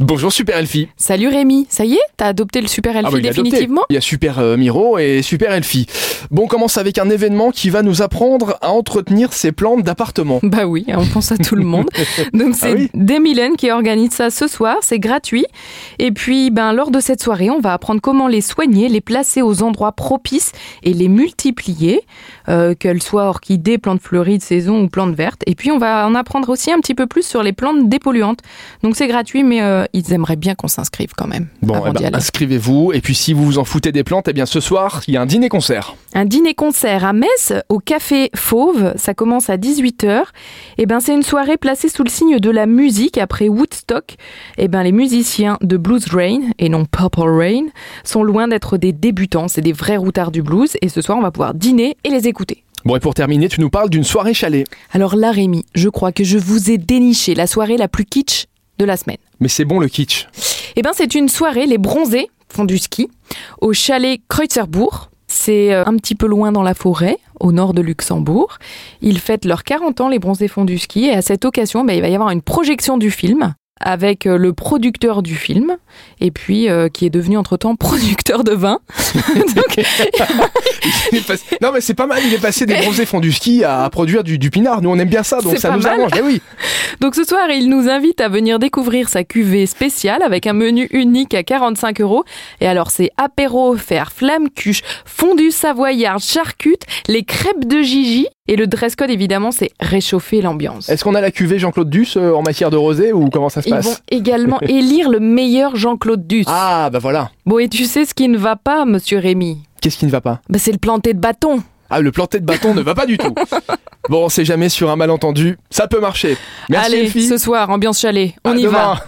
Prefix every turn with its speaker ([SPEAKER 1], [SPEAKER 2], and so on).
[SPEAKER 1] Bonjour Super Elfie.
[SPEAKER 2] Salut Rémi, ça y est, t'as adopté le Super Elfie
[SPEAKER 1] bah, il a adopté.
[SPEAKER 2] définitivement
[SPEAKER 1] Il y a Super euh, Miro et Super Elfie. Bon, on commence avec un événement qui va nous apprendre à entretenir ses plantes d'appartement.
[SPEAKER 2] Bah oui, on pense à tout le monde. Donc c'est
[SPEAKER 1] Ah oui
[SPEAKER 2] Desmilènes qui organise ça ce soir, c'est gratuit. Et puis ben lors de cette soirée, on va apprendre comment les soigner, les placer aux endroits propices et les multiplier, euh, qu'elles soient orchidées, plantes fleuries de saison ou plantes vertes. Et puis on va en apprendre aussi un petit peu plus sur les plantes dépolluantes. Donc c'est gratuit, mais euh, ils aimeraient bien qu'on s'inscrive quand même.
[SPEAKER 1] Bon,
[SPEAKER 2] avant
[SPEAKER 1] eh ben,
[SPEAKER 2] d'y aller.
[SPEAKER 1] inscrivez-vous. Et puis si vous vous en foutez des plantes, eh bien ce soir, il y a un dîner-concert.
[SPEAKER 2] Un dîner-concert à Metz, au Café Fauve, ça commence à 18h. Et ben, c'est une soirée placée sous le signe de la musique après Woodstock. Et ben, les musiciens de Blues Rain, et non Purple Rain, sont loin d'être des débutants, c'est des vrais routards du blues. Et ce soir, on va pouvoir dîner et les écouter.
[SPEAKER 1] Bon, et pour terminer, tu nous parles d'une soirée chalet.
[SPEAKER 2] Alors là, Rémi, je crois que je vous ai déniché la soirée la plus kitsch de la semaine.
[SPEAKER 1] Mais c'est bon le kitsch.
[SPEAKER 2] Eh ben, c'est une soirée, les bronzés font du ski, au chalet Kreuzerbourg. C'est euh, un petit peu loin dans la forêt, au nord de Luxembourg. Ils fêtent leurs 40 ans, les bronzés font du ski, et à cette occasion, ben, il va y avoir une projection du film avec euh, le producteur du film, et puis euh, qui est devenu entre-temps producteur de vin. Donc,
[SPEAKER 1] Il est passé- Non, mais c'est pas mal. Il est passé des bronzés fonds du ski à produire du, du pinard. Nous, on aime bien ça, donc
[SPEAKER 2] C'est
[SPEAKER 1] ça
[SPEAKER 2] pas
[SPEAKER 1] nous
[SPEAKER 2] mal.
[SPEAKER 1] arrange. Eh oui.
[SPEAKER 2] Donc ce soir, il nous invite à venir découvrir sa cuvée spéciale avec un menu unique à 45 euros. Et alors c'est apéro offert, flamme cuche, fondue savoyarde, charcute, les crêpes de Gigi. Et le dress code évidemment c'est réchauffer l'ambiance.
[SPEAKER 1] Est-ce qu'on a la cuvée Jean-Claude Duss euh, en matière de rosé ou comment ça se
[SPEAKER 2] Ils
[SPEAKER 1] passe
[SPEAKER 2] vont également élire le meilleur Jean-Claude Duss.
[SPEAKER 1] Ah, bah voilà.
[SPEAKER 2] Bon et tu sais ce qui ne va pas, monsieur Rémi
[SPEAKER 1] Qu'est-ce qui ne va pas
[SPEAKER 2] bah, c'est le planté de bâton.
[SPEAKER 1] Ah, le planté de bâton ne va pas du tout. Bon, on sait jamais sur un malentendu. Ça peut marcher. Merci
[SPEAKER 2] Allez,
[SPEAKER 1] Elfie.
[SPEAKER 2] ce soir, ambiance chalet, on
[SPEAKER 1] À
[SPEAKER 2] y
[SPEAKER 1] demain.
[SPEAKER 2] va.